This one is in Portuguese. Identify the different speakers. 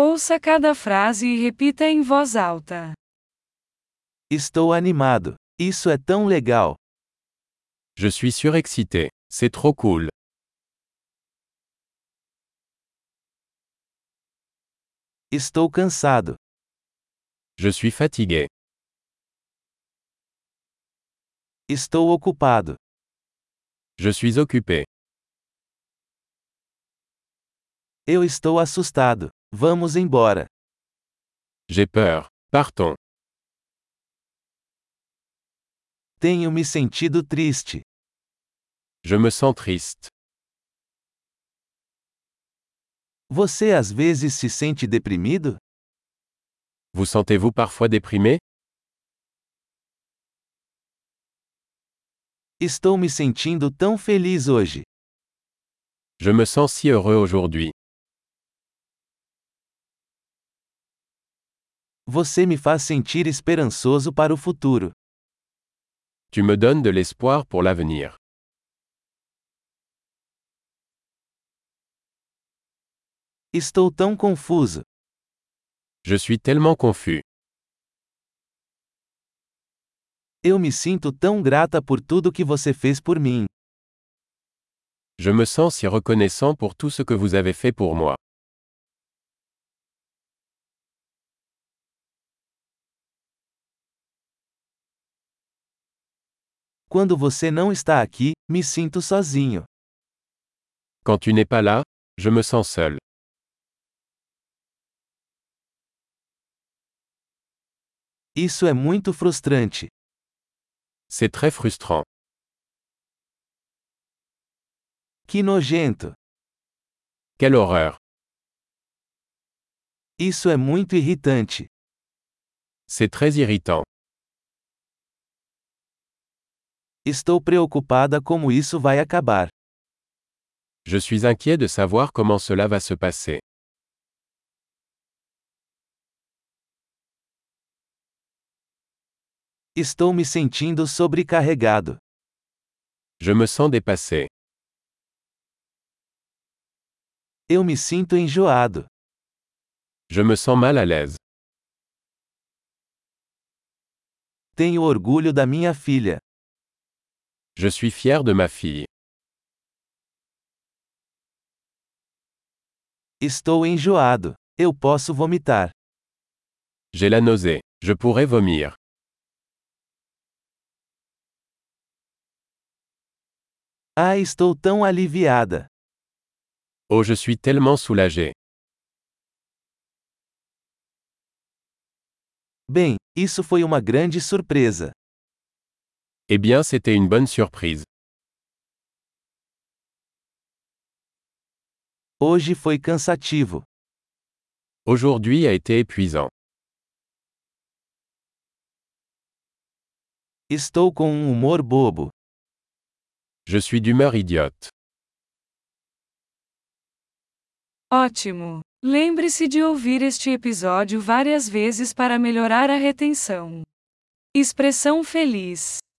Speaker 1: Ouça cada frase e repita em voz alta.
Speaker 2: Estou animado. Isso é tão legal.
Speaker 3: Je suis surexcité. C'est trop cool.
Speaker 2: Estou cansado.
Speaker 3: Je suis fatigué.
Speaker 2: Estou ocupado.
Speaker 3: Je suis occupé.
Speaker 2: Eu estou assustado. Vamos embora.
Speaker 3: J'ai peur. Partons.
Speaker 2: Tenho me sentido triste.
Speaker 3: Je me sens triste.
Speaker 2: Você às vezes se sente deprimido?
Speaker 3: Vous sentez-vous parfois déprimé
Speaker 2: Estou me sentindo tão feliz hoje.
Speaker 3: Je me sens si heureux aujourd'hui.
Speaker 2: Você me faz sentir esperançoso para o futuro.
Speaker 3: Tu me donnes de l'espoir pour l'avenir.
Speaker 2: Estou tão confuso.
Speaker 3: Je suis tellement confus.
Speaker 2: Eu me sinto tão grata por tudo que você fez por mim.
Speaker 3: Je me sens si reconnaissant pour tout ce que vous avez fait pour moi.
Speaker 2: Quando você não está aqui, me sinto sozinho.
Speaker 3: Quand tu n'es pas là, je me sens seul.
Speaker 2: Isso é muito frustrante.
Speaker 3: C'est très frustrant.
Speaker 2: Que nojento.
Speaker 3: Quelle horreur.
Speaker 2: Isso é muito irritante.
Speaker 3: C'est très irritant.
Speaker 2: Estou preocupada como isso vai acabar.
Speaker 3: Je suis inquiet de savoir comment cela va se passer.
Speaker 2: Estou me sentindo sobrecarregado.
Speaker 3: Je me sens dépassé.
Speaker 2: Eu me sinto enjoado.
Speaker 3: Je me sens mal à l'aise.
Speaker 2: Tenho orgulho da minha filha.
Speaker 3: Je suis fier de ma fille.
Speaker 2: Estou enjoado. Eu posso vomitar.
Speaker 3: J'ai la nausée. Je pourrais vomir.
Speaker 2: Ah, estou tão aliviada.
Speaker 3: Oh, je suis tellement soulagé.
Speaker 2: Bem, isso foi uma grande surpresa.
Speaker 3: Eh bien, c'était une bonne surprise.
Speaker 2: Hoje foi cansativo.
Speaker 3: Aujourd'hui a été épuisant.
Speaker 2: Estou com um humor bobo.
Speaker 3: Je suis d'humeur idiote.
Speaker 1: Ótimo! Lembre-se de ouvir este episódio várias vezes para melhorar a retenção. Expressão feliz.